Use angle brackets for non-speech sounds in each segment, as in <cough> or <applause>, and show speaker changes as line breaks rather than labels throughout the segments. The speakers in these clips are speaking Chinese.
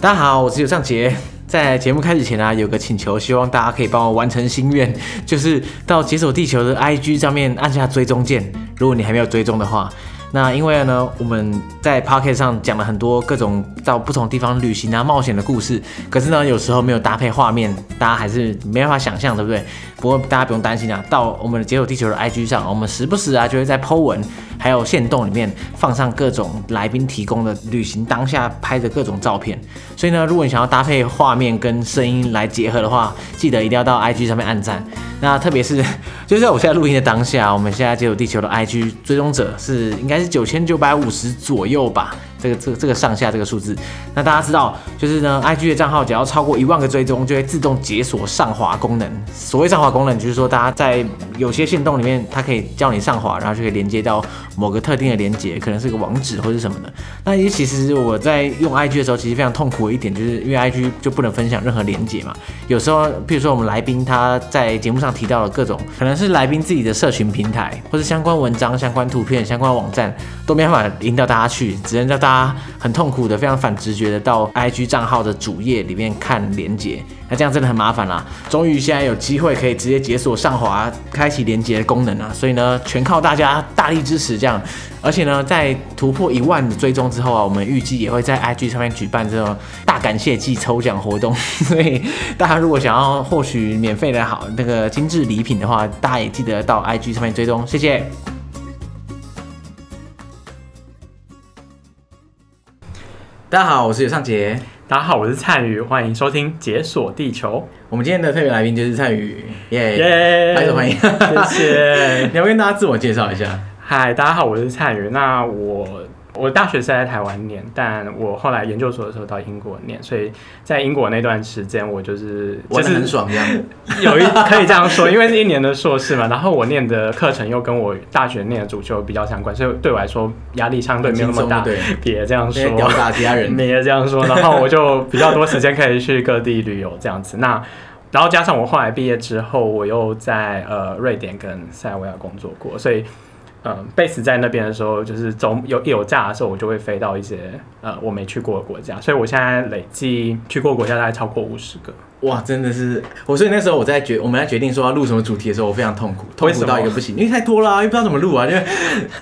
大家好，我是尤尚杰。在节目开始前啊，有个请求，希望大家可以帮我完成心愿， <laughs> 就是到解锁地球的 IG 上面按下追踪键。如果你还没有追踪的话，那因为呢，我们在 p o c k e t 上讲了很多各种到不同地方旅行啊、冒险的故事，可是呢，有时候没有搭配画面，大家还是没办法想象，对不对？不过大家不用担心啊，到我们的解锁地球的 IG 上，我们时不时啊就会在 Po 文还有线动里面放上各种来宾提供的旅行当下拍的各种照片。所以呢，如果你想要搭配画面跟声音来结合的话，记得一定要到 IG 上面按赞。那特别是就是在我现在录音的当下，我们现在解锁地球的 IG 追踪者是应该是九千九百五十左右吧，这个这个这个上下这个数字。那大家知道，就是呢，IG 的账号只要超过一万个追踪，就会自动解锁上滑功能。所谓上滑功能，就是说大家在有些线动里面，它可以叫你上滑，然后就可以连接到某个特定的连接，可能是个网址或是什么的。那也其实我在用 IG 的时候，其实非常痛苦的一点，就是因为 IG 就不能分享任何连接嘛。有时候，譬如说我们来宾他在节目上提到了各种，可能是来宾自己的社群平台，或是相关文章、相关图片、相关网站，都没办法引导大家去，只能让大家很痛苦的、非常反直觉的到 IG 账号的主页里面看连接。那这样真的很麻烦啦。终于现在有机会可以直接解锁上滑开启连接的功能啊，所以呢，全靠大家大力支持这样。而且呢，在突破一万的追踪之后啊，我们预计也会在 IG 上面举办这种大感谢季抽奖活动， <laughs> 所以大家如果想要获取免费的好那个精致礼品的话，大家也记得到 IG 上面追踪，谢谢。大家好，我是尤尚杰。
大家好，我是灿宇，欢迎收听《解锁地球
我们今天的特别来宾就是蔡宇，》，耶、
耶！
拍手哎欢迎
谢谢。
<laughs>
<laughs>
你要不跟大家自我介绍一下？
嗨，大家好，我是灿宇。那我我大学是在台湾念，但我后来研究所的时候到英国念，所以在英国那段时间，我就是就
玩的很
是
爽这样。 <laughs>
<laughs> 有一可以这样说，因为是一年的硕士嘛，然后我念的课程又跟我大学念的主修比较相关，所以对我来说压力相对没有那么大
很轻。松
别这样
对，哎在吊
说。
打其他人。
你也这样说，然后我就比较多时间可以去各地旅游这样子。那然后加上我后来毕业之后，我又在呃瑞典跟塞尔维亚工作过，所以呃 base 在那边的时候，就是总有有假的时候，我就会飞到一些呃我没去过的国家，所以我现在累计去过国家大概超过五十个。
哇，真的是我，所以那时候我在决我们在决定说要录什么主题的时候，我非常痛苦，痛
为什
苦
么
到一个不行，因为太多了、啊，又不知道怎么录啊，因为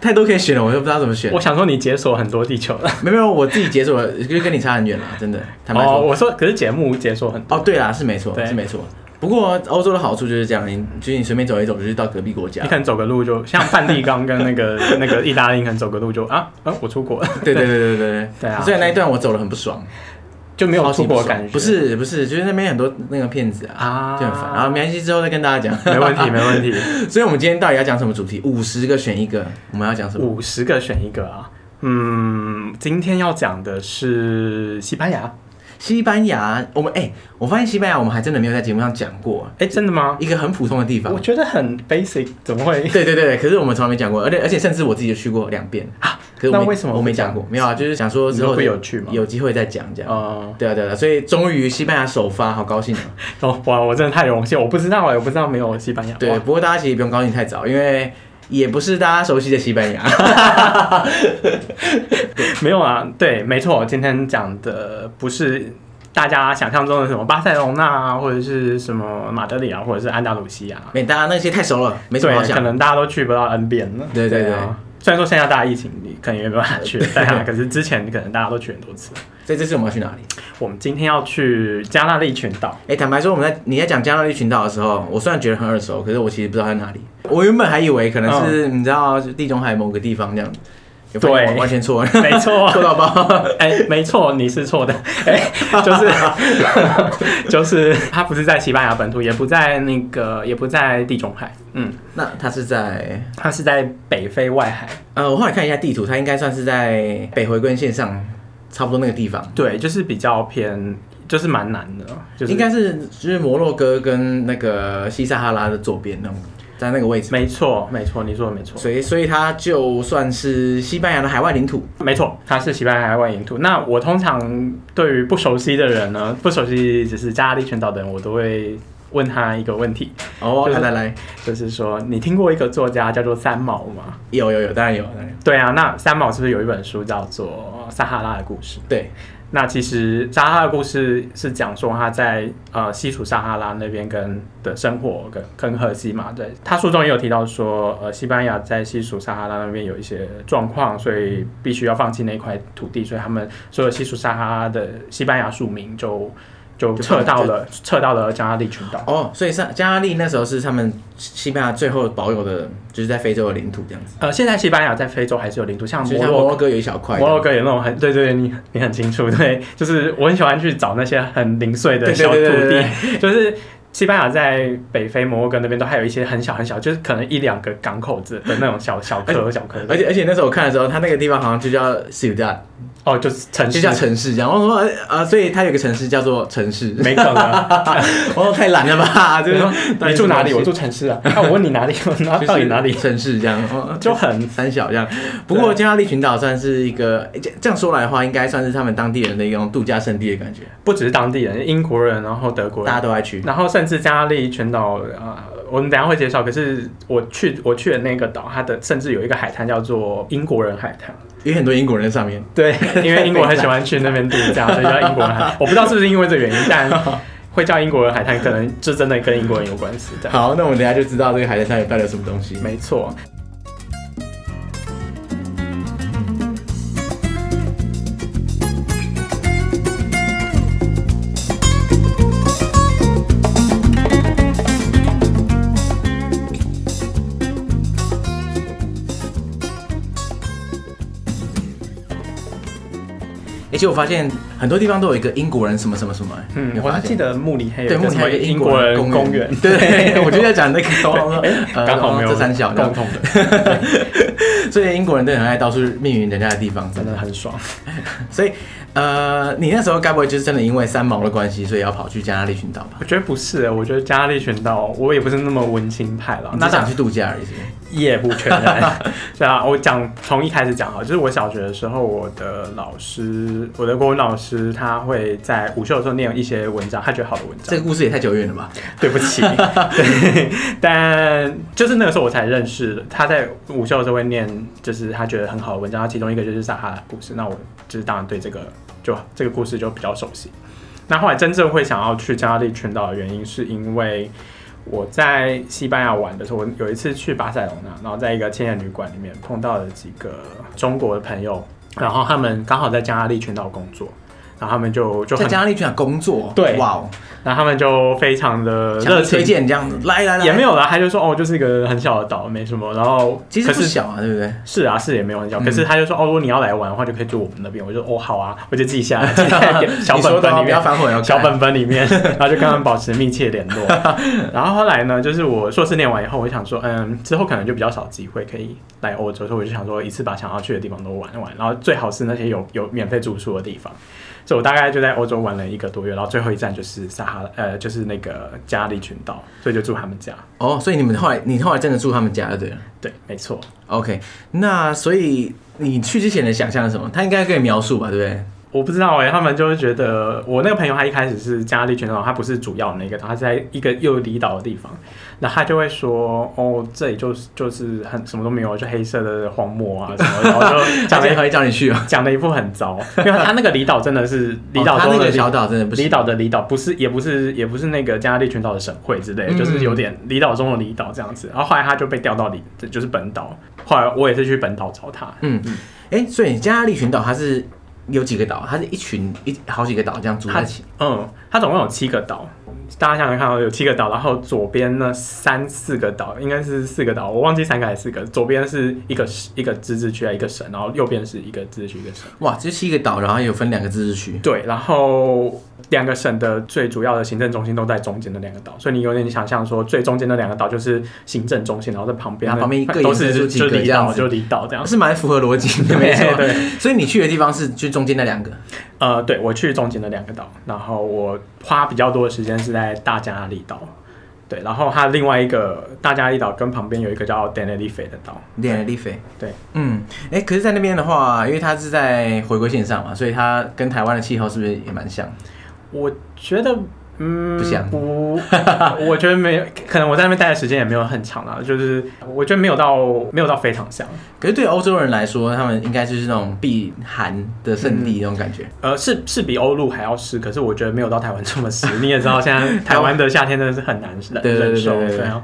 太多可以选了，我又不知道怎么选
我。想说你解锁很多地球了，
没有没有，我自己解锁了，就跟你差很远了，真的。坦白
哦，
说，
我说可是节目解锁很多，
哦，对啦，是没错，
对
是没错。不过欧洲的好处就是这样，你就是你随便走一走，就是到隔壁国家
你可。能走个路
<laughs>
就像梵蒂冈跟那个那个意大利，可能走个路就啊啊我出国了，
对对对对对对。
对啊
虽然那一段我走的很不爽，
就没有
超级
出
不
国
爽
的感觉，
不是不是，就是那边很多那个骗子啊，
啊
就很烦。然后没关系，之后再跟大家讲。
<laughs> 没问题，没问题。
<laughs> 所以我们今天到底要讲什么主题？五十个选一个，我们要讲什么？
五十个选一个啊。嗯，今天要讲的是西班牙。
西班牙，我们哎、我发现西班牙我们还真的没有在节目上讲过
哎、真的吗？
一个很普通的地方
我。觉得很 basic，怎么 <laughs> 会？
对对对，可是我们从来没讲过，而且而且甚至我自己就去过两遍啊。可是我
那
没
为什么
我
不
没
讲
讲过？没有啊，就是想说之
你
后
们会有趣吗
有机会再讲这样。
呃，
对啊对啊，所以终于西班牙首发，好高兴啊！
哦，哇，我真的太荣幸，我不知道哎，我不知道没有西班牙。
对，
哇，
不过大家其实不用高兴太早，因为也不是大家熟悉的西班牙。
没有啊，对，没错，今天讲的不是大家想象中的什么巴塞隆纳啊，或者是什么马德里啊，或者是安达鲁西亚啊。
没，大家那些太熟了，没什么好
对，可
讲。
能大家都去不到 N 遍了。
对对对
啊。虽然说现在大家疫情，你可能也没办法去，但啊可是之前可能大家都去很多次。
所以这次我们要去哪里？
我们今天要去加那利群 <laughs> 岛，
哎、坦白说，我们在你在讲加勒比群岛的时候，我虽然觉得很耳熟，可是我其实不知道在哪里。我原本还以为可能是、你知道就地中海某个地方这样子，有发现
嗯对
我完全错
<laughs>
了，
没错，
错到
<laughs>
爆。
哎、没错，你是错的，哎、就是 <laughs> 就是，它不是在西班牙本土，也不在那个，也不在地中海，嗯，
那它是在
它是在北非外海，
呃，我后来看一下地图，它应该算是在北回归线上差不多那个地方，
对，就是比较偏，就是蛮难的，就是
应该是就是摩洛哥跟那个西撒哈拉的左边那种，在那个位置。
没错，没错，你说的没错，
所以，所以它就算是西班牙的海外领土。
没错，它是西班牙外领土。那我通常对于不熟悉的人呢，不熟悉只是加那利群岛的人，我都会问他一个问题，
哦，
就是
来来来，
就是说，你听过一个作家叫做三毛吗？
有有有，当然有，当然有。
对啊，那三毛是不是有一本书叫做《撒哈拉的故事》？
对，
那其实撒哈拉的故事是讲说他在呃西属撒哈拉那边跟的生活跟跟荷西嘛，对他书中也有提到说，呃，西班牙在西属撒哈拉那边有一些状况，所以必须要放弃那块土地，所以他们所有西属撒哈拉的西班牙庶民就就
就
撤到了撤到了加那利群岛。
哦，所以上加拉利那时候是他们西班牙最后保有的，就是在非洲的领土这样子，
呃，现在西班牙在非洲还是有领土，像
就
摩
像
洛
摩
哥
洛哥有一小块，
摩洛哥有那种很对对对，你你很清楚，对， <laughs> 就是我很喜欢去找那些很零碎的
对对
小土
对对对
地，就是西班牙在北非、摩洛哥那边都还有一些很小很小，就是可能一两个港口子的那种小小
哎
颗小颗的，
而且而且那时候我看的时候，它那个地方好像就叫 ciudad，
哦，就是城
就
市
叫城市这样。我说呃，所以它有个城市叫做城市。 <laughs>
没梗啊，
我说太懒了
<laughs>
吧，就
就是是
到底什
你住
么
哪里？
东
我
西
住城市啊，那我问你哪里，那
就是
到底哪里？啊
城市这样，哦
就很
三小这样。不过加拉利群岛算是一个，诶这这样说来的话，应该算是他们当地人的一种度假胜地的感觉，
不只是当地人，英国人，然后德国
大
人
家，都爱去。
然后甚至加拉利群岛，呃，我们等一下会介绍。可是我去我去的那个岛，它的甚至有一个海滩叫做英国人海滩。
有很多英国人在上面，
对，因为英国很喜欢去那边度假，所以叫英国人海滩。我不知道是不是因为这个原因， <laughs> 但会叫英国人海滩，可能就真的跟英国人有关系的。
好，那我们等一下就知道这个海滩上有到底有什么东西。
<laughs> 没错。
而且我发现很多地方都有一个英国人什么什么什么，欸
嗯
你，有
我
发
还
现
记得慕尼黑有
对，
一
目
个什
前
么
有一个
英
英
国
国
人
人
公园哎嗯哦
园，，对， <laughs> 我就在讲那
<laughs>
个，我说呃
刚好没有
这三小这
共
样，
同的，
所以英国人都很爱到处命名人家的地方，真
真
的。
的很爽。
所以呃，你那时候该不会就是真的因为三毛的关系，所以要跑去加那利群岛吧？
我觉得不是，我觉得加利群岛，我也不是那么文青派了。
那
那
想去度假而已是不是。
也不全然， <laughs> 对啊，我讲从一开始讲啊，就是我小学的时候，我的老师，我的国文老师，他会在午休的时候念一些文章，他觉得好的文章。
这个故事也太久远了吧？
<laughs> 对不起，对，但就是那个时候我才认识他在午休的时候会念，就是他觉得很好的文章，他其中一个就是撒哈拉故事。那我就是当然对这个就这个故事就比较熟悉。那后来真正会想要去加利群岛的原因，是因为我在西班牙玩的时候，我有一次去巴塞隆纳，然后在一个青年旅馆里面碰到了几个中国的朋友，然后他们刚好在加利群岛工作，然后他们就就
在
很，
加那利群岛工作，
对
哇哦，
然后他们就非常的
强
热
力
情
推荐这样子，来来来，
也没有啦，他就说哦，就是一个很小的岛，没什么。然后
其实
可
不
是
小啊，对不对？
是啊，是也没有很小。
嗯
可是他就说哦，如果你要来玩的话，就可以住我们那边。我就哦好啊，我就记下来， <laughs> 记在小
你说的
本本
哦
里
不要
面。
反悔哦，
<laughs> 小
看来
本本里面，然后就跟他们保持密切联络。然后后来呢，就是我硕士念完以后，我想说，嗯，之后可能就比较少机会可以来欧洲，所以我就想说，一次把想要去的地方都玩一玩，然后最好是那些有有免费住宿的地方。所以我大概就在欧洲玩了一个多月，然后最后一站就是撒哈拉，呃，就是那个加利群岛，所以就住他们家。
哦，所以你们后来你后来真的住他们家了，对了。
对，没错。
OK，那所以你去之前的想象是什么？他应该可以描述吧，对不对？
我不知道哎、他们就会觉得我那个朋友，他一开始是加利群岛，他不是主要的那个岛，他是在一个又离岛的地方，那他就会说，哦，这里就是就是很什么都没有，就黑色的荒漠啊什么的，然后就
他
讲
可
了
以 <laughs>
一
可以叫你去哦。
讲了一副很糟，因为他那个离岛真的是离岛
哦他
中
那
的
个
离
小岛真的不
离
行。
岛的离岛，不是也不是也不是那个加利群岛的省会之类的，
嗯
就是有点离岛中的离岛这样子。然后后来他就被调到离，就是本岛。后来我也是去本岛找他，
嗯，哎、所以加利群岛它是有几个岛？它是一群一好几个岛这样组在一起。
嗯，它总共有七个岛，大家想想看哦，有七个岛，然后左边呢三四个岛，应该是四个岛，我忘记三个还是四个。左边是一个一个自治区啊，一个省，然后右边是一个自治区一个省。
哇，这是一个岛，然后有分两个自治区。
对，然后两个省的最主要的行政中心都在中间的两个岛，所以你有点想象说，最中间的两个岛就是行政中心，然后在旁边
然后旁边各
都
延伸
是
出几
就
个
离
这样
岛
子
就离岛这样。
是蛮符合逻辑
<laughs>
的，没错。
啊对，
所以你去的地方是就中间那两个，
呃，对我去中间的两个岛，然后我花比较多的时间是在大加那利岛，对，然后它另外一个大加那利岛跟旁边有一个叫 d e n e l i f e 的岛，
点利菲。
对，
嗯，哎、可是，在那边的话，因为它是在回归线上嘛，所以它跟台湾的气候是不是也蛮像？
我觉得嗯，
不想
不，我 <laughs> 觉得没有，可能我在那边待的时间也没有很长啦，就是我觉得没有到没有到非常像，
可是对欧洲人来说，他们应该就是那种避寒的圣地那种感觉。
呃，是是比欧陆还要湿，可是我觉得没有到台湾这么湿。你也知道，
<laughs>
现在台湾的夏天真的是很难忍
对对对
忍受。
对对对
啊，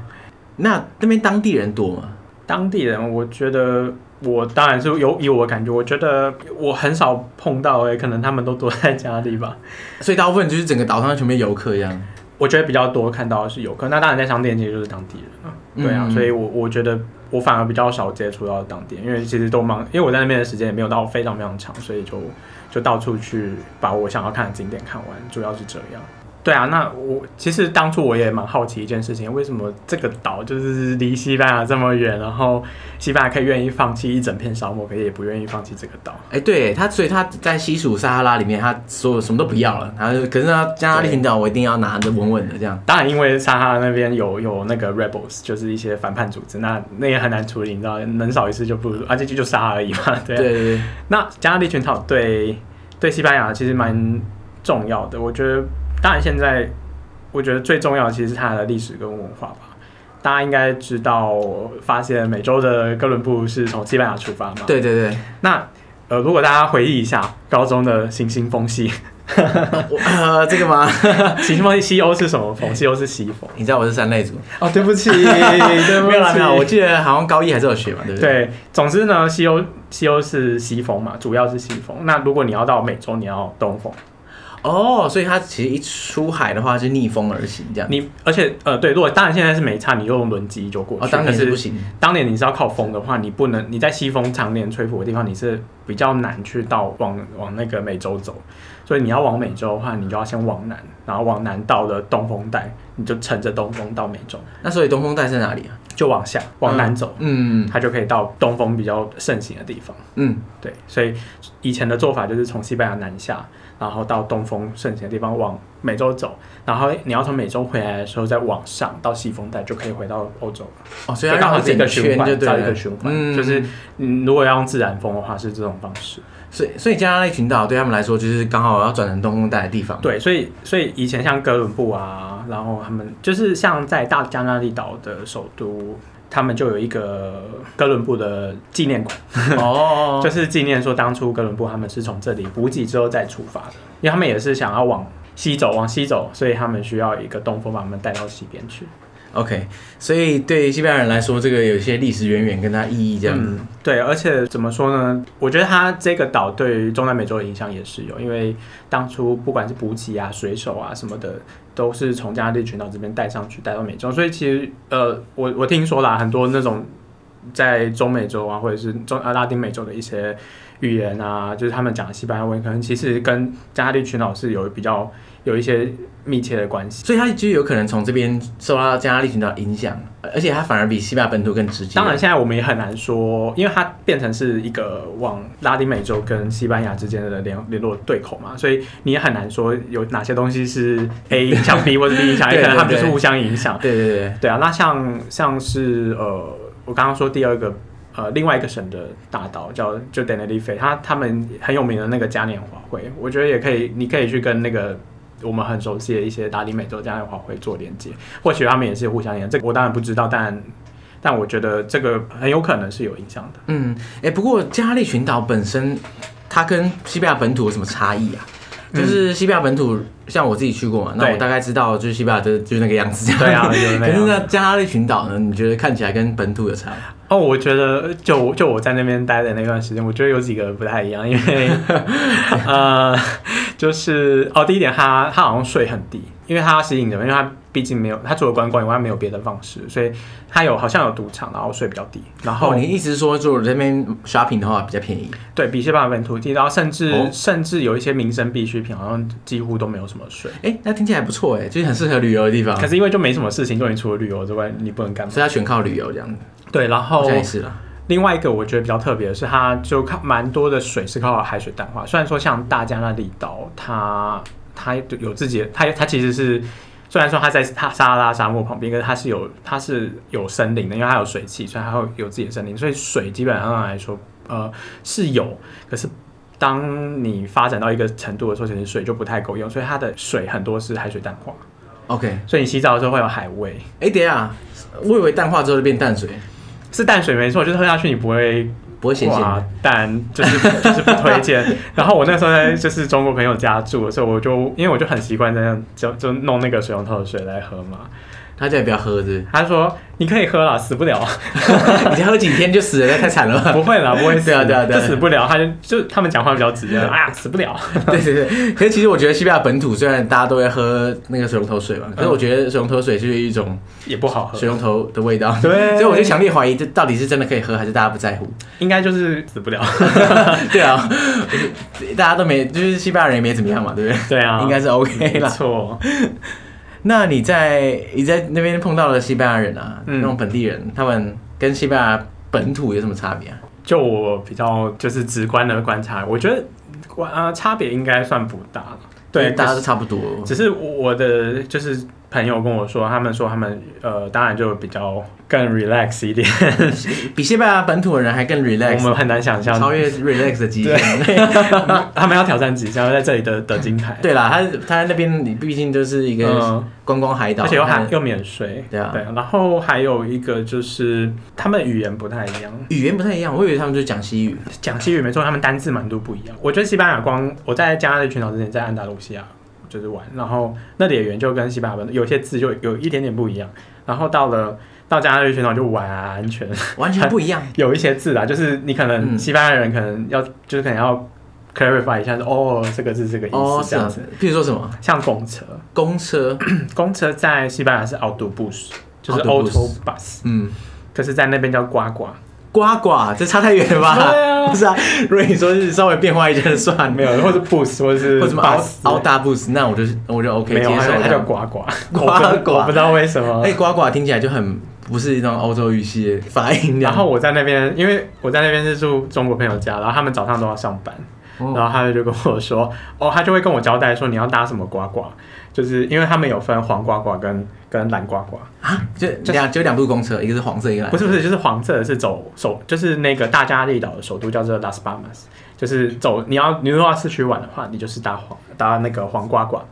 那那边当地人多吗？
当地人，我觉得我当然是有以我的感觉，我觉得我很少碰到诶、可能他们都躲在家里吧。
所以大部分就是整个岛上全部游客一样。
我觉得比较多看到的是游客，那当然在商店街就是当地人啊，
嗯
对啊，所以我我觉得我反而比较少接触到当地人，因为其实都忙，因为我在那边的时间也没有到非常非常长，所以就就到处去把我想要看的景点看完，主要是这样。对啊，那我其实当初我也蛮好奇一件事情，为什么这个岛就是离西班牙这么远，然后西班牙可以愿意放弃一整片沙漠，可是也不愿意放弃这个岛。
哎、对他，所以他在西属撒哈拉里面，他所有什么都不要了，然后就可是他加那利群岛，我一定要拿着稳稳的这样。
当然，因为撒哈拉那边有有那个 rebels，就是一些反叛组织，那那也很难处理，你知道，能少一次就不如，而且就就杀而已嘛， <laughs> 对啊、
对对
那加勒比群岛对对西班牙其实蛮重要的，我觉得，当然现在我觉得最重要的其实是它的历史跟文化吧。大家应该知道，发现美洲的哥伦布是从西班牙出发嘛？。
对对对对，
那呃，如果大家回忆一下高中的行星风系， <laughs>
我呃 <laughs> 这个吗？
行星风系西欧是什么风？西欧是西风。
你知道我是三类组，
哦，对不起，对 <laughs> 不起，
没有啦没有，我记得好像高一还是有学嘛，对不对？
对，总之呢，西欧西欧是西风嘛，主要是西风。那如果你要到美洲，你要东风。
哦，所以他其实一出海的话是逆风而行这样。
你而且呃，对，如果当然现在是没差，你用轮机就过去。
哦，当年是
但
不行，
当年你是要靠风的话，你不能你在西风常年吹拂的地方，你是比较难去到往往那个美洲走。所以你要往美洲的话，你就要先往南，然后往南到了东风带，你就乘着东风到美洲，
那所以东风带是哪里啊？
就往下往南走，
嗯
它就可以到东风比较盛行的地方。
嗯，
对，所以以前的做法就是从西班牙南下，然后到东风盛行的地方往美洲走，然后你要从美洲回来的时候再往上到西风带，就可以回到欧洲了。
哦，所以它
就刚好
绕
是一个
整
循
圈
环，
就对
造一个
了，
循环，就是嗯，如果要用自然风的话是这种方式。
所以所以加拉利群岛对他们来说就是刚好要转成东风带的地方。
对，所以所以以前像哥伦布啊，然后他们就是像在大加那利岛的首都。他们就有一个哥伦布的纪念馆，
<laughs> 哦，
就是纪念说当初哥伦布他们是从这里补给之后再出发的，因为他们也是想要往西走，往西走，所以他们需要一个东风把他们带到西边去。
OK，所以对西班牙人来说，这个有一些历史渊源跟它意义这样子。
嗯，对，而且怎么说呢？我觉得它这个岛对于中南美洲的影响也是有，因为当初不管是补给啊、水手啊什么的，都是从加勒比群岛这边带上去，带到美洲。所以其实呃，我我听说啦，很多那种在中美洲啊，或者是中啊拉丁美洲的一些语言啊，就是他们讲的西班牙文，可能其实跟加勒比群岛是有比较有一些密切的关系。
所以它就有可能从这边受到加拉利群岛的影响，而且它反而比西班牙本土更直接。
当然，，现在我们也很难说，因为它变成是一个往拉丁美洲跟西班牙之间的联联络对口嘛，所以你也很难说有哪些东西是 A 影响 B 或者 B 影响 A，
对
可能他们
对
就
对
是互相影响。
对对对，
对啊，那像像是呃，我刚刚说第二个呃，另外一个省的大岛叫就 Tenerife，它他们很有名的那个嘉年华会，我觉得也可以，你可以去跟那个。我们很熟悉的一些拉丁美洲嘉年华会做连接，或许他们也是互相连，这个我当然不知道，但但我觉得这个很有可能是有影响的。
嗯，哎、不过加拉利群岛本身，它跟西班牙本土有什么差异啊？就是西班牙本土，像我自己去过嘛，那
对
我大概知道就是西班牙就是就是那个样子。
嗯对啊就是那
<laughs> 可
样
是呢，加拉利群岛呢，你觉得看起来跟本土有差吗？
哦，我觉得就就我在那边待的那段时间，我觉得有几个不太一样，
<laughs>
因为呃，就是哦，第一点他他好像税很低，因为他吸引人，因为他毕竟没有他除了观光以外没有别的方式，所以他有好像有赌场，然后税比较低，然后、
哦，你意思是说，就我这边 shopping 的话比较便宜？
对比西班牙本土低，然后甚至、
哦
甚至有一些民生必需品好像几乎都没有什么税，
哎、那听起来不错哎，就是很适合旅游的地方，
可是因为就没什么事情，就你除了旅游之外，你不能干嘛？
所以它全靠旅游这样子。
对，然后
好像也是啦。
另外一个我觉得比较特别的是，它就靠蛮多的水是靠海水淡化。虽然说像大加那利岛，它它有自己的，它它其实是虽然说它在它撒哈拉沙漠旁边，可是它是有它是有森林的，因为它有水汽，所以它会有自己的森林，所以水基本上来说，呃是有，可是。当你发展到一个程度的时候，其实水就不太够用，所以它的水很多是海水淡化，
OK，
所以你洗澡的时候会有海味，
哎、等一下，我以为淡化之后就变淡水，
是淡水没错，就是喝下去你不会
不会咸咸
哇
的。，
但就是就是不推
<laughs>
荐。然后我那时候在就是中国朋友家住的时候，我就因为我就很习惯这样，就就弄那个水龙头的水来喝嘛。
他叫你不要喝是 <laughs>
他说你可以喝啦，死不了，
不是，你才喝几天就死了，那太惨了吧？
不会啦，不会死，
对啊对啊对啊
就死不了。他就就他们讲话比较直接，
<laughs>
哎呀，死不了。 <laughs>
对对对。可是其实我觉得西班牙本土虽然大家都会喝那个水龙头水嘛，
嗯
可是我觉得水龙头水是一种
也不好喝
水，龙头的味道，
对
所以我就强烈怀疑这到底是真的可以喝，还是大家不在
<laughs>
乎？
应该就是死不了。
对啊，就是大家都没，就是西班牙人也没怎么样嘛， <laughs> 对不对？
<laughs> 对啊，
应该是 OK
没
啦。
错。
那你在你在那边碰到了西班牙人啊，
嗯
那种本地人，他们跟西班牙本土有什么差别啊？
就我比较就是直观的观察，我觉得观啊、差别应该算不大。对，
大家
可
都
是
差不多。
只是我的就是朋友跟我说，他们说他们呃，当然就比较更 relax 一点，
比西班牙本土人还更
我
relax，
们很难想象
超越 relax 的极限。
<laughs> 他们要挑战极限，要在这里得得金牌，
对啦，他他那边你毕竟就是一个
嗯
观光海岛，
而且又还
他
又免税，
对啊
然后还有一个就是他们语言不太一样，
语言不太一样，我以为他们就讲西语。
讲西语没错，他们单字满度不一样。我觉得西班牙光我在加勒群岛之前在安达卢西亚就是玩，然后那里的语言就跟西班牙文有些字就有一点点不一样，然后到了到加勒群岛就完全
完全不一
<laughs>
样。
有一些字啊，就是你可能
嗯
西班牙人可能要，就是可能要 clarify 一下，说哦，这个是这个意
哦，
思
是
这样
啊
子。，
譬如说什么
像公车，
公车，
公车在西班牙是 autobus，就是
Autobus
auto bus，
嗯，
可是在那边叫呱呱。
呱呱，这差太远了吧？
对
<laughs>
啊
不是啊，如果你说是稍微变化一下就算，
没有，或者 bus，或者是
或者什么奥
bus
奥大 bus，那我就我就 OK
没有，
接受
它它
这
叫
样。
呱呱，
呱呱
我不我不知道为什么
哎，。呱呱听起来就很不是那种欧洲语系的发音这样。
然后我在那边，因为我在那边是住中国朋友家，然后他们早上都要上班，
哦
然后他就跟我说，哦，他就会跟我交代说你要搭什么呱呱，就是因为他们有分黄呱呱跟跟蓝呱呱，
啊，就两就两部公车，一个是黄色，一个蓝
不
色。
是不是，就是黄色的是走首，就是那个大加利岛的首都叫做 Las Palmas，就是走你要你如果要市区玩的话，你就是搭黄搭那个黄瓜瓜。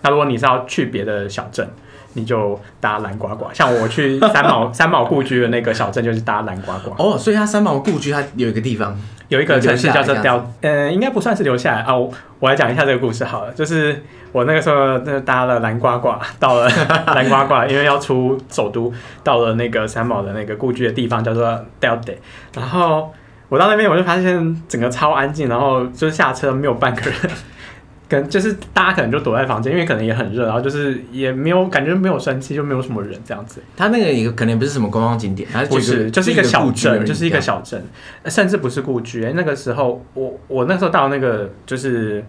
那如果你是要去别的小镇，你就搭蓝瓜瓜。像我去三
<laughs>
毛三毛故居的那个小镇，就是搭蓝瓜瓜。
哦，所以它三毛故居它有一个地方，
有一个城市叫做
留下来这样
雕，呃，应该不算是留下来啊。我我来讲一下这个故事好了，就是我那个时候那搭了蓝呱呱， <laughs> 到
<laughs>
了蓝呱呱，因为要出首都，到了那个三毛的那个故居的地方叫做 Delta，然后我到那边我就发现整个超安静，然后就是下车没有半个人。 <laughs> 跟就是大家可能就躲在房间，因为可能也很热，然后就是也没有感觉没有生气，就没有什么人这样子。
它那个也可能不是什么观光景点，它
不，
就是
就是一个小
故居而
镇，
已
就是一个
这样
小镇，甚至不是故居。哎那个时候，我我那时候到那个就是。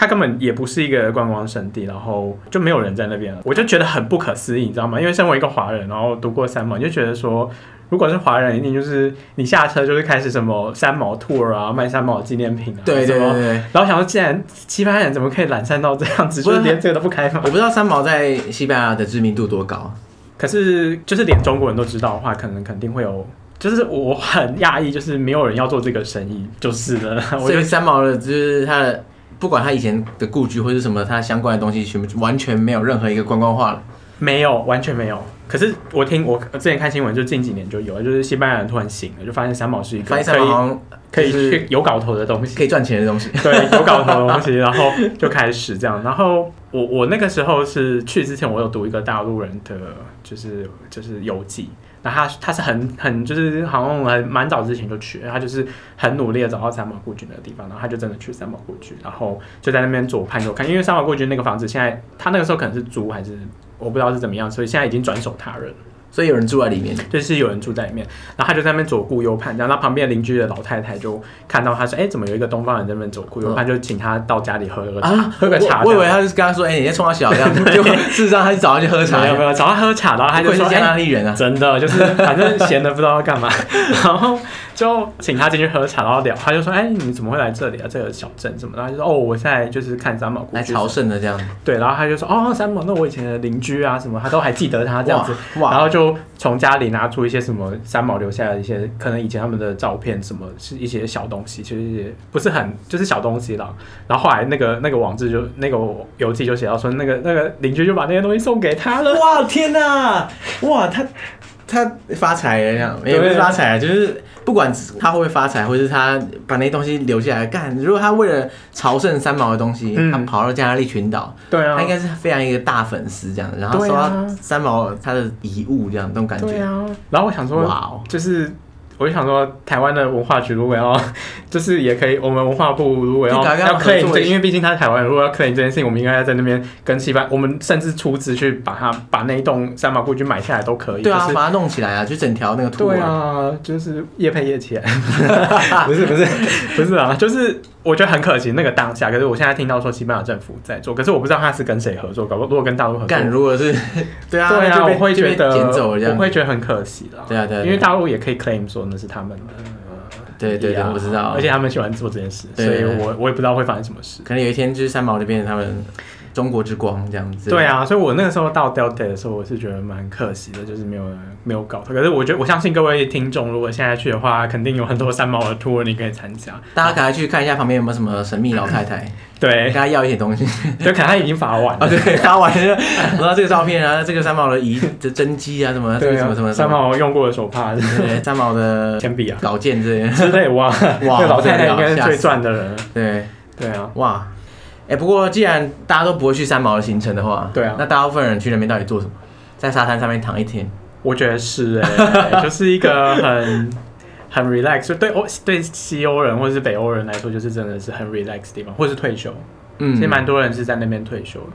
它根本也不是一个观光圣地，然后就没有人在那边了，我就觉得很不可思议，你知道吗？因为身为一个华人，然后读过三毛，你就觉得说，如果是华人，一定就是你下车就是开始什么三毛 tour 啊，卖三毛纪念品啊，
对对
什
对
么
对。对
然后想说，既然西班牙人怎么可以懒散到这样子，
不
就是是连这个都不开放
我。不知道三毛在西班牙的知名度多高，
可是就是连中国人都知道的话，可能肯定会有，就是我很讶异，就是没有人要做这个生意，就是的。 <laughs> <laughs> 我
所
就
以三毛的就是他的，不管他以前的故居或是什么，他相关的东西全部完全没有任何一个观光化了。
没有，完全没有。可是我听我之前看新闻，就近几年就有了，就是西班牙人突然醒了，就发现三毛是一个
翻译
可
三毛
以
好像
可以
就是
去有搞头的东西。
可以赚钱的东西。
<laughs> 对，有搞头的东西，然后就开始这样。然后我我那个时候是去之前，我有读一个大陆人的，就是就是游记。那他他是很很就是好像很蛮早之前就去，他就是很努力的找到三毛故居那个地方，然后他就真的去三毛故居，然后就在那边左看右看，因为三毛故居那个房子现在他那个时候可能是租还是我不知道是怎么样，所以现在已经转手他人了。
所以有人住在里
<laughs>
面，
就是有人住在里面，然后他就在那边左顾右盼，然后他旁边邻居的老太太就看到他说：“哎、怎么有一个东方人在那边左顾右盼？”就请他到家里喝个茶，啊喝个茶
我
这
我以
样。
为他是跟他说，哎、你在冲他小
<laughs>
这样，就事实上他是早上去喝茶
没有没，有，找他喝茶，然后他
他
就
就是
说：“
加
哎、
拿利人啊。
真的就是反正闲的不知道要干嘛，然后就请他进去喝茶，然后聊。他就说：‘哎、你怎么会来这里啊？这个小镇什么的？’他就说：‘哦，我现在就是看三毛故
来
居。’
朝圣的这样，
对，然后他就说：‘哦，三毛，那我以前的邻居啊什么，他都还记得他这样子。’
哇哇
然后就就从家里拿出一些什么三毛留下来的一些，可能以前他们的照片，什么是一些小东西，就是一些不是很就是小东西啦。然后后来那个那个网志就那个游记就写到说，那个那个邻居就把那些东西送给他
<laughs>
了。
哇天哪，哇他他发财了这样，也不是发财啊，就是不管他会不会发财，或者是他把那些东西留下来干，如果他为了朝圣三毛的东西，
嗯
他跑到加拉利群岛，
对啊，
他应该是非常一个大粉丝这样，然后收
对
到
啊
三毛他的遗物这样，那种感
对
觉，
啊。然后我想说，
哇哦，
就是我就想说，台湾的文化局如果要， <laughs> 就是也可以，我们文化部如果要
就赶快跟他
要
们合
claim
作
这个，
一下
因为毕竟他是台湾人，如果要 claim 这件事情，我们应该要在那边跟西班，我们甚至出资去把它把那一栋三毛故居买下来都可以。
对啊，
就是
把它弄起来啊，就整条那个图
对，啊，就是夜配夜起来， <laughs> 不是不 <laughs> 是不是啊，就是我觉得很可惜那个当下。可是我现在听到说西班牙政府在做，可是我不知道他是跟谁合作，搞不好如果跟大陆合作，
干如果
<laughs>
是对啊，
对
那
啊，
就被
我会
就
觉
被
得
捡走了这样
我，会觉得很可惜啦。
对啊对啊对啊
因为大陆也可以 claim 说那是他们的，
对对对，
呀
我知道
而，且他们喜欢做这件事，所
对
以
对对
我我也不知道会发生什么事。
可能有一天就是三毛就变成他们中国之光这样子，
对啊，所以我那个时候到 Delta 的时候，我是觉得蛮可惜的，就是没有没有搞头。可是我觉得我相信各位听众，如果现在去的话，肯定有很多三毛的 tour 你可以参加。
大家赶快去看一下旁边有没有什么神秘老太太，
对
跟，她要一些东
<laughs>
西。
就可能他已经罚完
啊，
了。
对，发完了，然后这个照片啊，这个三毛的遗的真迹啊，什么这
对
个
啊
什么什么
三，毛用过的手帕、
什么对，三毛的
<laughs> 铅笔啊
稿件这些，
之类，哇，
哇
那老太太应该
吓
是
死
最赚的人了。
对，
对啊，
哇，哎，不过既然大家都不会去三毛的行程的话，
对啊
那大部分人去那边到底做什么？在沙滩上面躺一天，
我觉得是哎、就是一个很很 relax，就对欧对西欧人或者是北欧人来说，就是真的是很 relax 的地方，或是退休。
嗯
其实蛮多人是在那边退休的，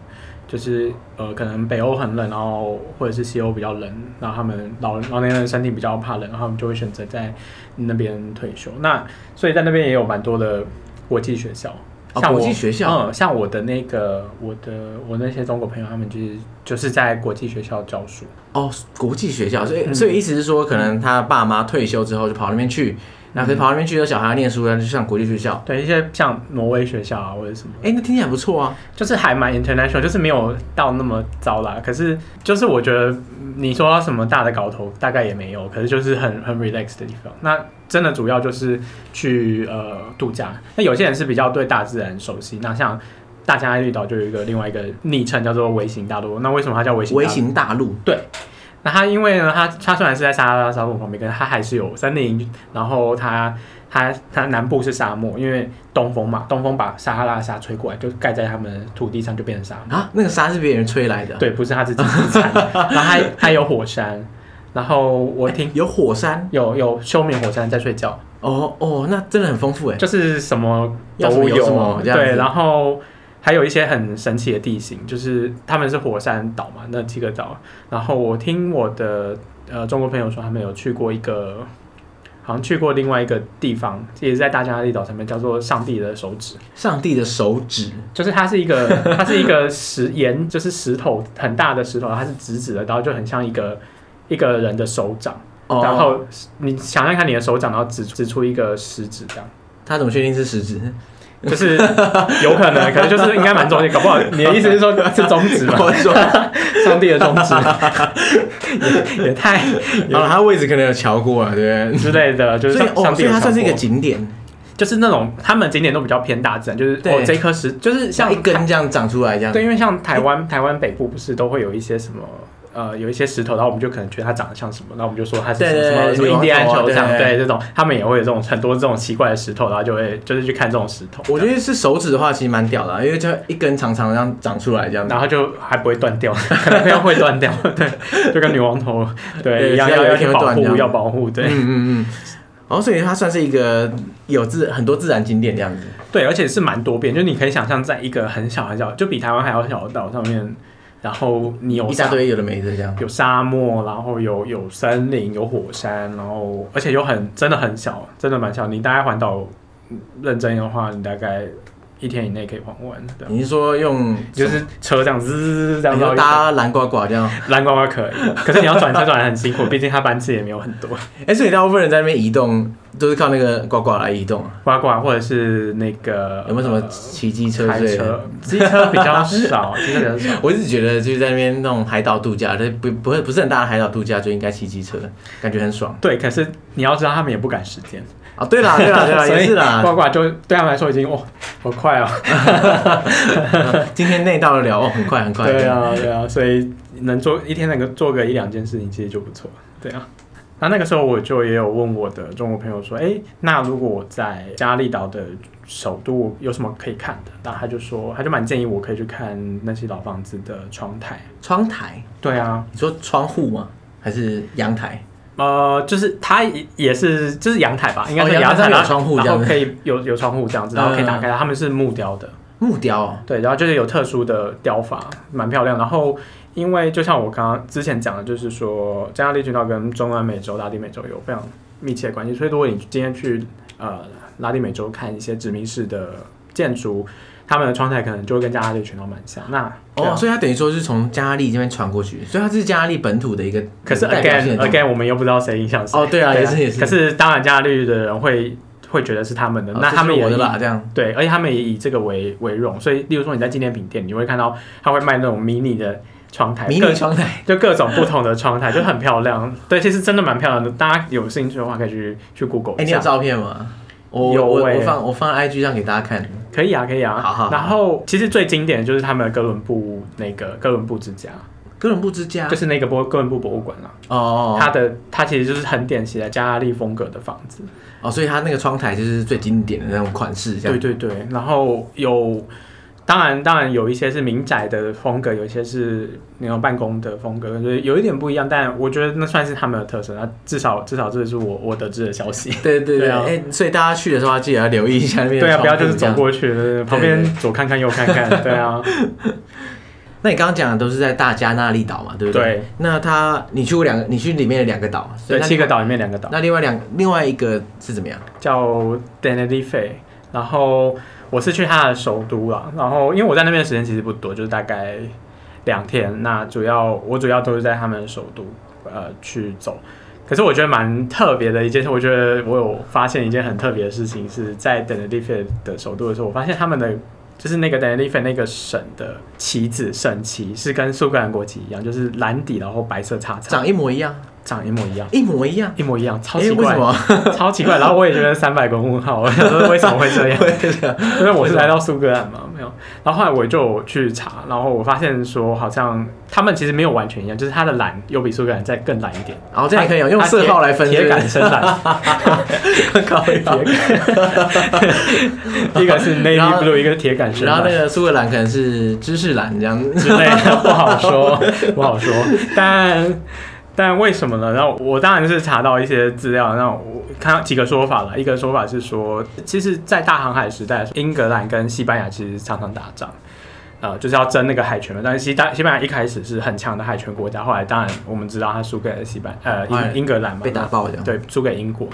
就是呃，可能北欧很冷，然后或者是西欧比较冷，然后他们老老年人身体比较怕冷，然后他们就会选择在那边退休。那所以在那边也有蛮多的国际学校，
哦
像我
国际学校
嗯，像我的那个我的我那些中国朋友，他们就是就是在国际学校教书，
哦，国际学校，所
嗯
以所以意思是说，可能他爸妈退休之后就跑那边去，那可
嗯
是跑那边去，有小孩要念书，然后就上国际学校，
对一些像挪威学校啊或者什么。
哎，那听起来不错啊，
就是还蛮 international，就是没有到那么糟啦。可是就是我觉得嗯你说到什么大的搞头，大概也没有。可是就是很很 relax 的地方。那真的主要就是去呃度假。那有些人是比较对大自然熟悉，那像大加利岛就有一个另外一个昵称叫做微型大陆。那为什么它叫微型大
微
陆？
型大陆，
对。那它因为呢，它它虽然是在撒哈拉沙漠旁边，可是它还是有森林，然后它它它南部是沙漠，因为东风嘛，东风把撒哈拉沙吹过来，就盖在他们的土地上，就变成沙漠。
啊，那个沙是别人吹来的，，
对，不是它自己自产的。然后
<laughs>
还还有火山，然后我听
有火山，
有有休眠火山在睡觉，
哦哦，那真的很丰富哎，
就是什么
要什么
都
有什么这样子
对，然后还有一些很神奇的地形，就是他们是火山岛嘛，那几个岛。然后我听我的呃中国朋友说，他们有去过一个，好像去过另外一个地方，也是在大加利岛上面，叫做上帝的手指，
上帝的手指，
就是它是一个 <laughs> 它是一个石岩，就是石头很大的石头，它是直直的，然后就很像一个一个人的手掌，
哦，
然后你想象看你的手掌，然后指指出一个食指这样。
他怎么确定是食指？
就是有可能，可能就是应该蛮中间，搞不好你的意思是说是中指
<laughs>
嘛？
我
<laughs>
说，
上帝的
<laughs>
中指，也也太
好了，他位置可能有瞧过啊，对不
之类的，就
对？
是
所以
上
哦，
上
所
帝
以
的
它算是一个
上坡
景点，
就是那种他们景点都比较偏大自然，就是
对
哦这颗石就是
像
像
一根这样长出来这样，
对，因为像台湾台湾北部不是都会有一些什么。呃，有一些石头，然后我们就可能觉得它长得像什么，那我们就说它是什
对对
么
对
什么印第安
牛头
球场，
哦对
对这种，他们也会有这种很多这种奇怪的石头，然后就会就是去看这种石头，
我觉得是手指的话，其实蛮屌的啊，因为就一根长长的这样长出来这样子
然。后就还不会
<laughs>
断掉，可能要会断掉，对，就跟女王头对
对
一样，
只要
要
有
要
一天会
去保
断掉
护，要保护，对、
嗯嗯嗯。哦，所以它算是一个有自很多自然景点这样子。
对，而且是蛮多变，就你可以想象，在一个很小很小，就比台湾还要小的岛上面，然后你有
一大
沙
堆有的没的这样。
有沙漠，然后有有森林，有火山，然后而且又很真的很小，真的蛮小。你大概环岛嗯认真的话，你大概一天以内可以还完，对，
你是说用
就是车这样滋这样
你
绕
要
一圈。
搭蓝呱呱这样？
蓝呱呱可以，可是你要转车转的很辛苦，毕竟它班次也没有很多。
<laughs> 哎，所以大部分人在那边移动都是靠那个呱呱来移动啊，
呱呱或者是那个
有没有什么
呃
骑机车
开
之类的？
车？机车比较少，机车比较少。
<laughs> 我一直觉得就是在那边那种海岛度假，这不不会不是很大的海岛度假就应该骑机车，感觉很爽
对，可是你要知道他们也不赶时间，
啊！对啦对啦对啦，
<laughs> 所以
也是啦，
呱呱就对他们来说已经哦，好快哦，
今天内到得了哦，很快很快。
对啊对啊，所以能做一天能够做个一两件事情，其实就不错，对啊。那那个时候我就也有问我的中国朋友说，哎，那如果我在加利岛的首都有什么可以看的？那他就说，他就蛮建议我可以去看那些老房子的窗台。
窗台，
对啊，
你说窗户吗？还是阳台？
呃，就是它也也是就是阳台吧，应该
哦
是
阳
阳
台
台，
有
然后
窗户这
然
样
后
子嗯
可以有有窗户这样子，然后可以打开它，他们是木雕的，
木雕哦，
对，然后就是有特殊的雕法，蛮漂亮。然后因为就像我刚刚之前讲的，就是说加利群岛跟中南美洲、拉丁美洲有非常密切的关系，所以如果你今天去呃拉丁美洲看一些殖民式的建筑，他们的窗台可能就会跟加拉利群岛蛮像。那对啊
哦，所以它等于说是从加拉利这边传过去，所以它是加拉利本土的一个
可是
代表性
again
的东西哦
again，我们又不知道谁影响谁。
哦对啊也是也是
可是当然，加利率的人会会觉得是他们的，
哦
那
这
他们
是
也
我的
以
啦，这样
对，而且他们也以这个为为荣。所以，例如说你在纪念品店，你会看到他会卖那种迷你的窗台，
迷
各
你窗台。
<laughs> 就各种不同的窗台，就很漂亮。 <laughs> 对，其实真的蛮漂亮的。大家有兴趣的话，可以去去 Google
哎，
一
你有
下。
照片吗？我
有
我
欸
我放我放 IG 上给大家看。
可以啊，可以啊。
好好好
然后，其实最经典的就是他们的哥伦布那个哥伦布之家，
哥伦布之家
就是那个博哥伦布博物馆啦、啊
哦啊哦
它
哦
的它其实就是很典型的加拉利风格的房子。
哦，所以它那个窗台就是最经典的那种款式，这
对
样。
对对，然后有，当然当然有一些是民宅的风格，有一些是那种办公的风格，就是有一点不一样，但我觉得那算是他们的特色。那至少至少这是我我得知的消息。
对对对，
对啊
哎，所以大家去的时候要记得要留意一下那边的
对
窗
啊，
户
不要就是走
这样
过去，对对对旁边左看看右看看，对 <laughs> 啊，
那你刚刚讲的都是在大加那利岛嘛，对不对？
对。
那它你去过两个，你去里面的两个岛，所以
对，
那
七个岛里面两个岛
那另外两另外一个是怎么样？
叫 Tenerife，然后我是去它的首都啦，然后因为我在那边的时间其实不多，就是大概两天，那主要我主要都是在他们的首都呃去走。可是我觉得蛮特别的一件事，我觉得我有发现一件很特别的事情，是在 Tenerife 的首都的时候，我发现他们的就是那个 Tenerife 那个省的旗子省旗是跟苏格兰国旗一样，就是蓝底然后白色叉叉，
长一模一样，
长一模一样，
一模一样。
一模一样，超
哎，
奇
为
怪。
什么？
<laughs> 超奇怪。然后我也觉得三百个问号，我 <laughs> 想说为什么会这
<laughs>
样？ <laughs> 因为我是来到苏格兰嘛，没有。然后后来我就去查，然后我发现说好像他们其实没有完全一样，就是它的蓝有比苏格兰再更蓝一点。
然后这样也可以用用
它
色号来分，
铁铁
是不
杆
是
深蓝，
<laughs> 靠腰
<laughs> 一个是 navy
然后
blue，一个是
<laughs>
铁杆深
然后那
蓝。
个苏格兰可能是芝士蓝这样， <laughs>
之类的， <laughs> 不好说，不好说。但但为什么呢？然后我当然是查到一些资料，那我看到几个说法了。一个说法是说，其实，在大航海时代的时候，英格兰跟西班牙其实常常打仗。呃，就是要争那个海权嘛。但是西大西班牙一开始是很强的海权国家，后来当然我们知道他输给了西班呃
后来
英英格兰嘛，
哎被打爆这样。
对，输给英国。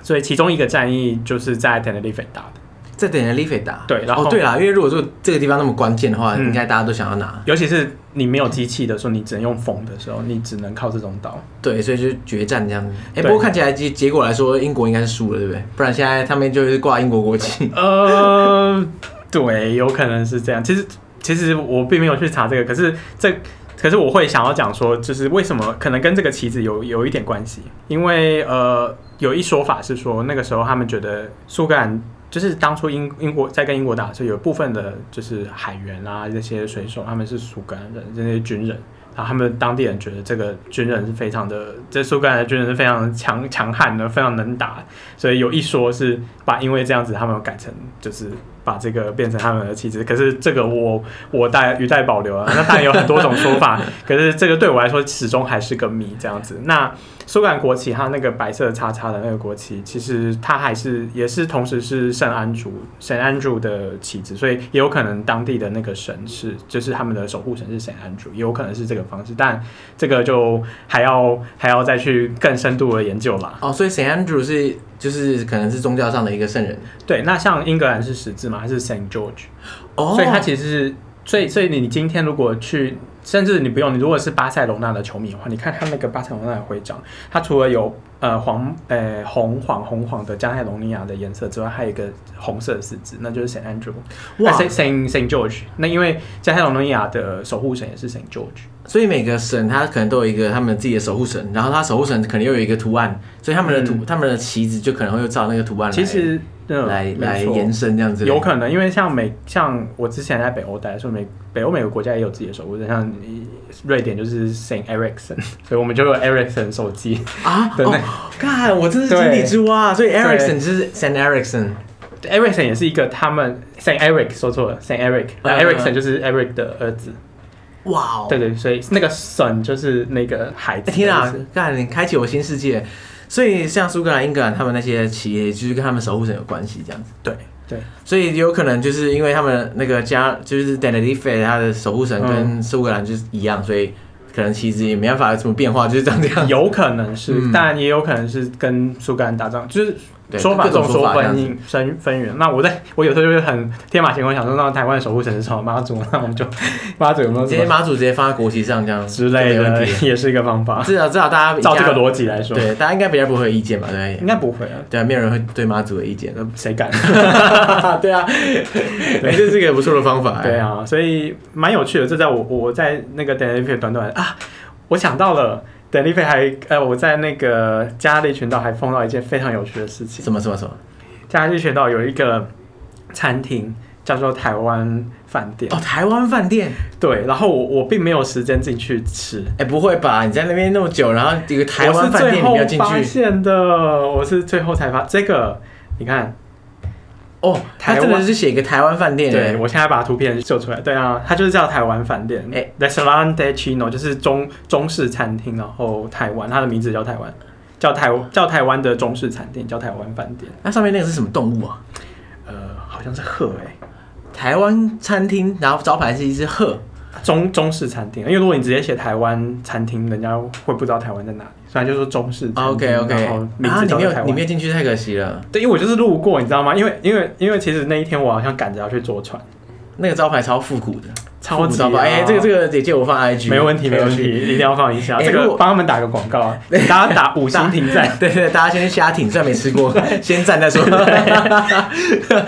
所以其中一个战役就是在 Tenerife 打的，
再等人利菲达。
对然后
哦对啦，因为如果说这个地方那么关键的话，
嗯
应该大家都想要拿。
尤其是你没有机器的时候，你只能用风的时候，你只能靠这种岛。
对，所以就是决战这样子。哎，
对
不过看起来结结果来说，英国应该是输了，对不对？不然现在他们就是挂英国国旗。 <laughs>
呃，对，有可能是这样。其实其实我并没有去查这个，可是这可是我会想要讲说，就是为什么可能跟这个棋子有有一点关系，因为呃，有一说法是说那个时候他们觉得苏格兰。就是当初英英国在跟英国打的时候，有部分的就是海员啊，这些水手他们是苏格兰人，这些军人，然后他们当地人觉得这个军人是非常的，这苏格兰的军人是非常强强悍的，非常能打，所以有一说是把，因为这样子他们改成就是把这个变成他们的妻子，可是这个我我带语带保留啊，那当然有很多种说法，可是这个对我来说始终还是个谜这样子。那苏格兰国旗它那个白色叉叉的那个国旗，其实它还是也是同时是圣安主圣安主的旗子，所以也有可能当地的那个神是就是他们的守护神是圣安主，也有可能是这个方式，但这个就还要还要再去更深度的研究啦。
哦，所以 Saint Andrew 是就是可能是宗教上的一个圣人。
对，那像英格兰是十字嘛，它是 Saint George，、
哦，
所以它其实是，所以所以你今天如果去，甚至你不用，你如果是巴塞罗那的球迷的话，你看他那个巴塞罗那的徽章，它除了有呃黄呃红黄红黄的加泰隆尼亚的颜色之外，还有一个红色的四字，那就是 Saint Andrew，
哇
哇，Saint Saint Saint George，那因为加泰隆尼亚的守护神也是 Saint George，
所以每个省它可能都有一个他们自己的守护神，然后它守护神可能又有一个图案，所以他们的图、他们的旗子就可能会照那个图案来
嗯其实嗯
来
没
来
错
延伸这样子，
有可能，因为像美像我之前在北欧待，所以美北欧每个国家也有自己的守护神，像瑞典就是 Saint Ericsson，所以 <laughs> 我们就有 Ericsson 手机。
啊，
对
哦，看我真是井底之蛙，所以 Ericsson 就是 San Ericsson，
Ericsson 也是一个他们 Saint Eric 说错了，Saint Eric，
嗯
那 Ericsson 就是 Eric 的儿子。
哇哦，
对对，所以那个 son 就是那个孩子
哎
的意思。
天啊，干你开启我新世界，所以像苏格兰、英格兰他们那些企业就是跟他们守护神有关系这样子。
对对，
所以有可能就是因为他们那个家就是 d a n i f e 他的守护神跟
嗯
苏格兰就是一样，所以可能其实也没办法有什么变化，就是这样这样。
有可能是，
嗯
但也有可能是跟苏格兰打仗，就是
对
说法
各种
众
说
说
法这样
纷
子
纭分分源。那我在我有时候就是很天马行空，想说那台湾的守护神是什么妈祖，那我们就 <laughs> 妈祖有没有
直
什
接
么
马祖直接放在国旗上这样
之类
就没问
的
题，
也是一个方法。
至少至少大家
照这个
逻
逻辑来说，
对大家应该比较不会有意见吧？对哎
应该不会啊，
对啊，没有哎人会对妈祖有
<laughs>
意见。<laughs>
谁敢？
对啊，哎， <laughs> 这是个不错的方法。哎
对，啊，所以蛮有趣的。这在我我在那个 d e l i v e 短短啊，我想到了 d e l i v e 还呃，我在那个加利群岛还碰到一件非常有趣的事情。
什么什么什么？
加利群岛有一个餐厅叫做台湾饭店，
哦，台湾饭店。
对，然后我我并没有时间进去吃。
哎，不会吧？你在那边那么久，然后一个台湾饭店你没
我
有
是最
进
后发
去？
现的，我是最后才发这个。你看，
哦，他真
台
的
湾
是写一个台湾饭店。
对，我现在把图片秀出来。对啊，它就是叫台湾饭店，
哎
哎，Restaurante Chino 就是中中式餐厅，然后台湾，它的名字叫台湾，叫台叫台湾的中式餐厅，叫台湾饭店。
那上面那个是什么动物啊？
呃，好像是鹤哎、
台湾餐厅，然后招牌是一只鹤。
中中式餐厅，因为如果你直接写台湾餐厅，人家会不知道台湾在哪里，所以它就说中式餐厅。
啊 OK OK，
嗯然后名
哦啊，
字
你
叫
没
做台
有你
湾
没有进去太可惜了，
对，因为我就是路过，你知道吗？因为因为因为其实那一天我好像赶着要去坐船，
那个招牌超复古的，
超级
复古招牌。
啊
哎，这个这个姐姐我放 IG，
没问题没问题，
很有趣。
一定要放一下。
哎
这
如
个
果，
帮他们打个广告啊，请大家打五星评赞
<laughs> 对对，大家先去瞎挺，虽然没吃
<laughs>
过，先赞再说。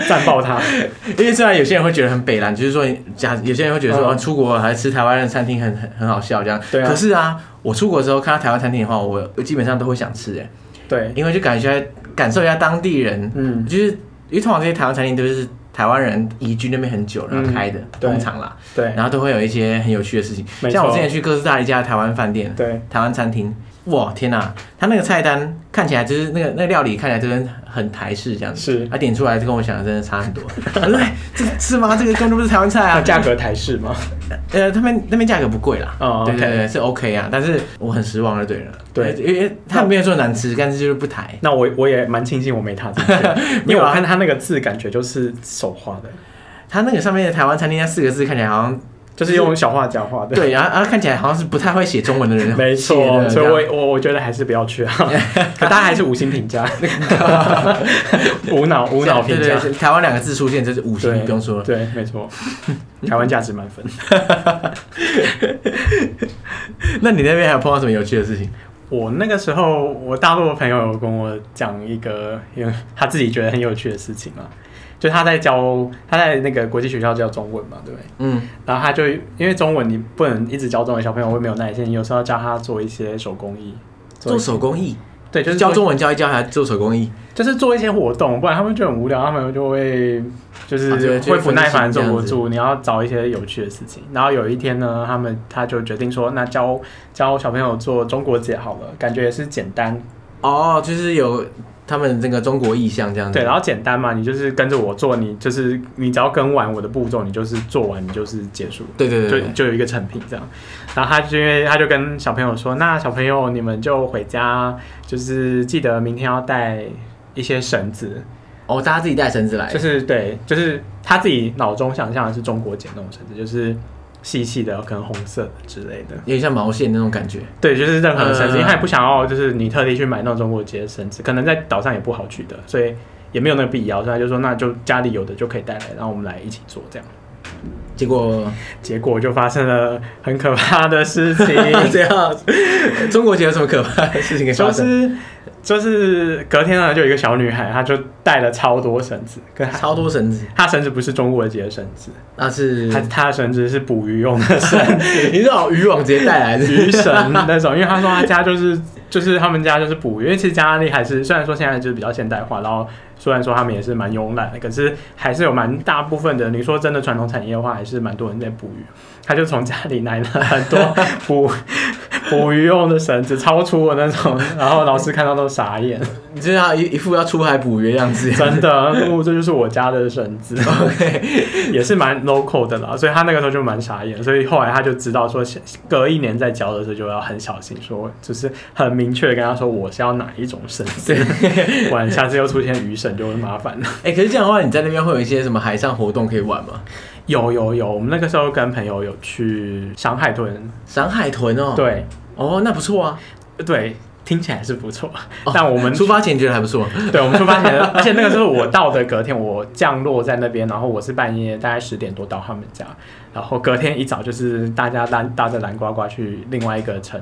赞爆他。
<laughs> 因为虽然有些人会觉得很北蓝，就是说，假有些人会觉得说、
嗯
啊出国还吃台湾的餐厅很很很好笑这样。
对啊
可是啊，我出国的时候看到台湾餐厅的话，我我基本上都会想吃哎，
对，
因为就感觉感受一下当地人，
嗯，
就是因为通常这些台湾餐厅都是台湾人移居那边很久然后开的，
嗯对
通常啦。
对
然后都会有一些很有趣的事情，
没错
像我之前去哥斯达黎加的台湾饭店、
对，
台湾餐厅，哇天哪、他那个菜单看起来就是那个那个料理看起来真的很台式这样子，
是
他点出来就跟我想的真的差很多。 <laughs> 我说哎这个是吗？这个根本就不是台湾菜
那
啊！
<laughs> 价格台式吗？
呃，他们那边价格不贵啦，
哦
对对
OK
对，是 OK 啊，但是我很失望就对了，
对
因为他没有说难吃，但是就是不台。啊
那我我也蛮庆幸我没踏进
<laughs>
去，因为
没有
我
啊
看他那个字，感觉就是手画的，
他那个上面的台湾餐厅那四个字看起来好像
就是用小画家画的。
对，然后然后看起来好像是不太会写中文的人
<laughs> 没
写
错，
的
所以
这样
我我我觉得还是不
<laughs>
要去啊，可大家还是五星评价，无脑无脑评
啊对
价
对，对台湾两个字出现就是五
对，
星，不用说了。
对，没错，台湾价值满分。
那你那边还有碰到什么有趣的事情？
我那个时候，我大陆的朋友有跟我讲一个，因为 <laughs> 他自己觉得很有趣的事情嘛，就他在教他在那个国际学校教中文嘛，对不对？
嗯，
然后他就因为中文你不能一直教中文，小朋友会没有耐心，有时候要教他做一些手工艺，
做
一些
手工艺，
对，就是
教
做
中文教一教，还做手工艺。
就是做一些活动，不然他们就很无聊，他们就会就
啊
是
对就
会
会
不耐烦
分心这
坐
样
不
子
住。你要找一些有趣的事情。然后有一天呢，他们他就决定说，那教教小朋友做中国结好了，感觉也是简单，
哦，就是有他们这个中国意象这样子。
对，然后简单嘛，你就是跟着我做，你就是你只要跟完我的步骤，你就是做完，你就是结束。
对对对
就
对
就有一个成品这样。然后他就因为他就跟小朋友说，那小朋友你们就回家，就是记得明天要带一些绳子，
哦，大家自己带绳子来
就。是对，就是他自己脑中想象的是中国结那种绳子，就是细细的，可能红色的之类的。
有点像毛线那种感觉，
对，就是任何的
嗯
绳子，因为他也不想要，就是你特地去买那种中国结的绳子，可能在岛上也不好取得，所以也没有那个必要，所以他就说那就家里有的就可以带来，然后我们来一起做这样。
结
<laughs>
果
结果就发生了很可怕的事情，
<laughs> 这样，中国节有什么可怕的事情可以
就
发生？
是就是隔天呢，就有一个小女孩，她就带了超多绳子，跟她
超多绳子，
她绳子不是中国节的绳子，
那
<laughs>
是
她她的绳子是捕鱼用的 <laughs> 绳子
你是好渔网直接带来的，
鱼绳那种，因为她说她家就是就是他们家就是捕鱼，因为其实加拉利还是虽然说现在就是比较现代化，然后虽然说他们也是蛮慵懒的，可是还是有蛮大部分的，你说真的传统产业的话，还是蛮多人在捕鱼，她就从家里来了很多 <laughs> 捕。捕鱼用的绳子超粗的那种，然后老师看到都傻眼。
你就是要一一副要出海捕鱼的样子。
真的，我这就是我家的绳子，
<laughs> OK， <laughs>
也是蛮 local 的啦，所以他那个时候就蛮傻眼，所以后来他就知道说，隔一年再教的时候就要很小心说，就是很明确的跟他说我是要哪一种绳子， <laughs> 不然下次又出现鱼绳就会麻烦了。
哎、可是这样的话，你在那边会有一些什么海上活动可以玩吗？
有有有，我们那个时候跟朋友有去上海豚，
赏海豚哦，，
对
哦，那不错啊。
对，听起来是不错，
哦
但我们
出发前觉得还不错，
<laughs> 对，我们出发前，而且那个时候我到的隔天，我降落在那边，然后我是半夜大概十点多到他们家，然后隔天一早就是大家搭搭着蓝呱呱去另外一个城，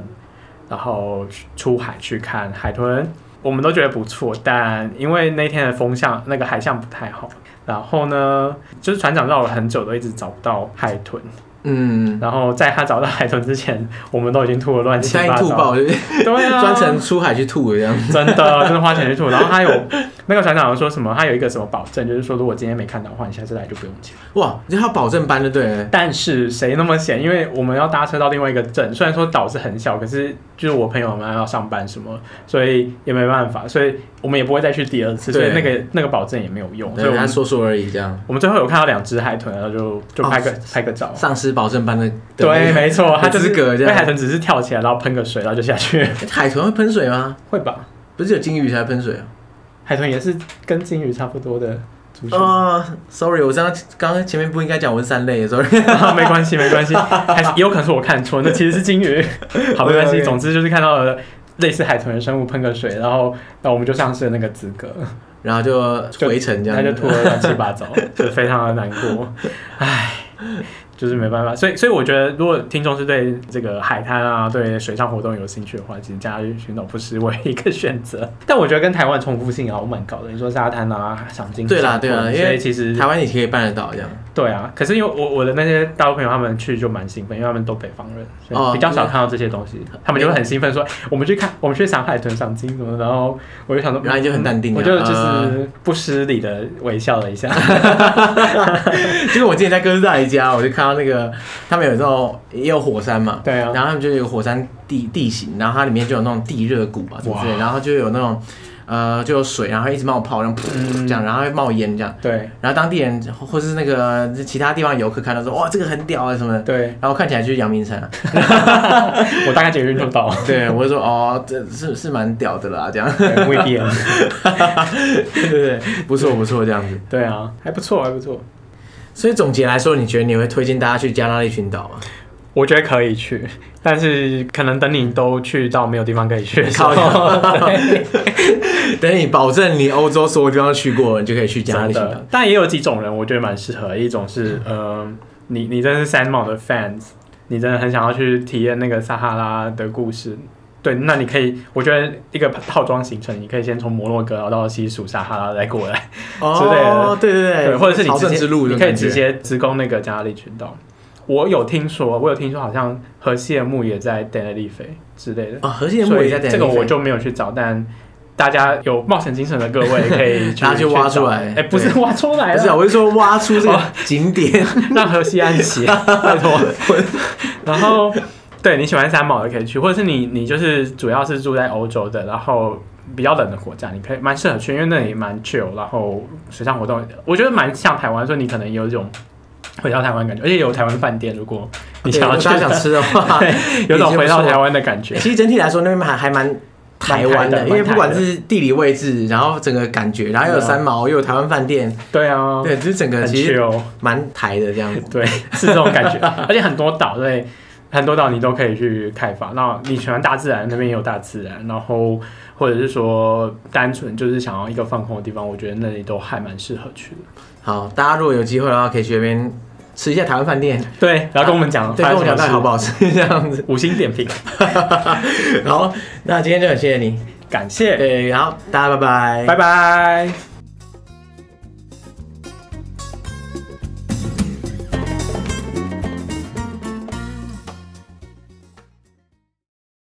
然后出海去看海豚，我们都觉得不错，但因为那天的风向那个海象不太好，然后呢，就是船长绕了很久都一直找不到海豚，
嗯，
然后在他找到海豚之前，我们都已经吐得乱
你
七
答应
八
吐
糟，
爆，就是
对啊，
专程出海去吐的这样。
<laughs> 真的，真的花钱去吐。然后他有那个船长有说什么，他有一个什么保证，就是说如果今天没看到的话，你下次来就不用钱。
哇，你就要保证班就对了。
但是谁那么闲？因为我们要搭车到另外一个镇，虽然说岛是很小，可是就是我朋友们要上班什么，所以也没办法，所以我们也不会再去第二次，所以
对
那个那个保证也没有用。所以
对，
我
他
们
说说而已，这样。
我们最后有看到两只海豚，然后就就
哦
拍个、拍个照。
丧失保证班的，
对，没错，它就
资
是
格这
被海
样。
豚只是跳起来，然后喷个水，然后就下去，
海豚会喷水吗？
会吧？
不是有金鱼才喷水啊？
海豚也是跟金鱼差不多的族群。
啊，sorry，我刚刚刚刚前面不应该讲我是三类，sorry。
<laughs> 没关系，没关系，还是也有可能是我看错，那其实是金鱼。 <laughs> 好，没关
OK，OK
系，总之就是看到了类似海豚的生物喷个水，然后那我们就丧失了那个资格，
<laughs> 然后就回程这
他就
样
吐了乱七
<laughs>
八糟，就非常的难过，唉。就是没办法，所以所以我觉得，如果听众是对这个海滩啊、对水上活动有兴趣的话，其实加入群岛不失为一个选择。但我觉得跟台湾重复性啊，我蛮高的。你说沙滩啊、赏金
对啦对啦因为
所以其实
台湾也可以办得到这样。 <laughs>
对啊，可是因为我我的那些大陆朋友他们去就蛮兴奋，因为他们都北方人，所
哦
以比较少看到这些东西，他们就会很兴
<laughs>
奋说哎我们去看，我们去赏海豚、赏金什么的，然后我就想说，嗯
然后你就很淡定啊
我就就
呃
是不失礼的微笑了
<laughs>
一下，
就是我之前在哥斯达黎加，我就看到那个他们有时候也有火山嘛，
对啊
然后他们就有火山地地形，然后它里面就有那种地热谷啊嘛，什么之类的，
哇
然后就有那种呃就有水，然后一直冒泡，然后噗
嗯
这样，然后会冒烟这样，
对 <laughs>
然后当地人或或是那个其他地方游客看到说哇这个很屌啊什么的，
对，
然后看起来就是阳明山啊，
我大概捷运就到，
对我就说哦这是是蛮屌的啦这样， <laughs>
对未必，啊
对对对，不错不错这样子。
对啊，还不错，还不错，
所以总结来说，你觉得你会推荐大家去加那利群岛吗？
我觉得可以去，但是可能等你都去到没有地方可以去的时候， <laughs>
等你保证你欧洲所有地方都去过，你就可以去加那
真
利群岛
的。，但也有几种人，我觉得蛮适合。一种是，呃，你你真的是三毛的 fans，你真的很想要去体验那个撒哈拉的故事。对，那你可以，我觉得一个套装行程，你可以先从摩洛哥然后到西属撒哈拉再过来，之类
哦
的，
对对对，
或者是你
朝
直
圣
接
之路，
你可以直。接直攻那个加利群岛。我有听说，我有听说，好像河西的墓也在德内利菲之类的，
哦，核心的目
所以
也在等
这个我就没有去找，但。大家有冒险精神的各位可以
<laughs>
去
大家就挖
去找
出来
哎，不是挖出来
不
啦，
是啊，我是说挖出这个景点，
让荷西安
<laughs>
息， <laughs> 拜托。然后，对你喜欢三毛的可以去，或者是你你就是主要是住在欧洲的，然后比较冷的国家，你可以蛮适合去，因为那里蛮 chill，然后水上活动，我觉得蛮像台湾，所以你可能有一种回到台湾的感觉，而且有台湾饭店，如果你想要
对
去
大家想吃的话，
对有种回到台湾的感
欸
觉。
其实整体来说那边还还蛮。台湾
蛮台
的，
的
因为不管
蛮台
是地理位置，然后整个感觉，然后又有
对啊
三毛，又有台湾饭店，
对啊，
对，就是整个
很
其实
chill， <laughs>
蛮台的这样子。
对，是这种感觉，而且很多岛，对，很多岛你都可以去开发。那你喜欢大自然，那边也有大自然，然后或者是说单纯就是想要一个放空的地方，我觉得那里都还蛮适合去的。
好，大家如果有机会的话，可以去那边吃一下台湾饭店，啊
对，然后跟我们讲，
对，跟我讲到底好不好吃这样子。
五星点评，
好，那今天就很谢谢你，
感谢，
对，然后大家拜拜，
拜拜。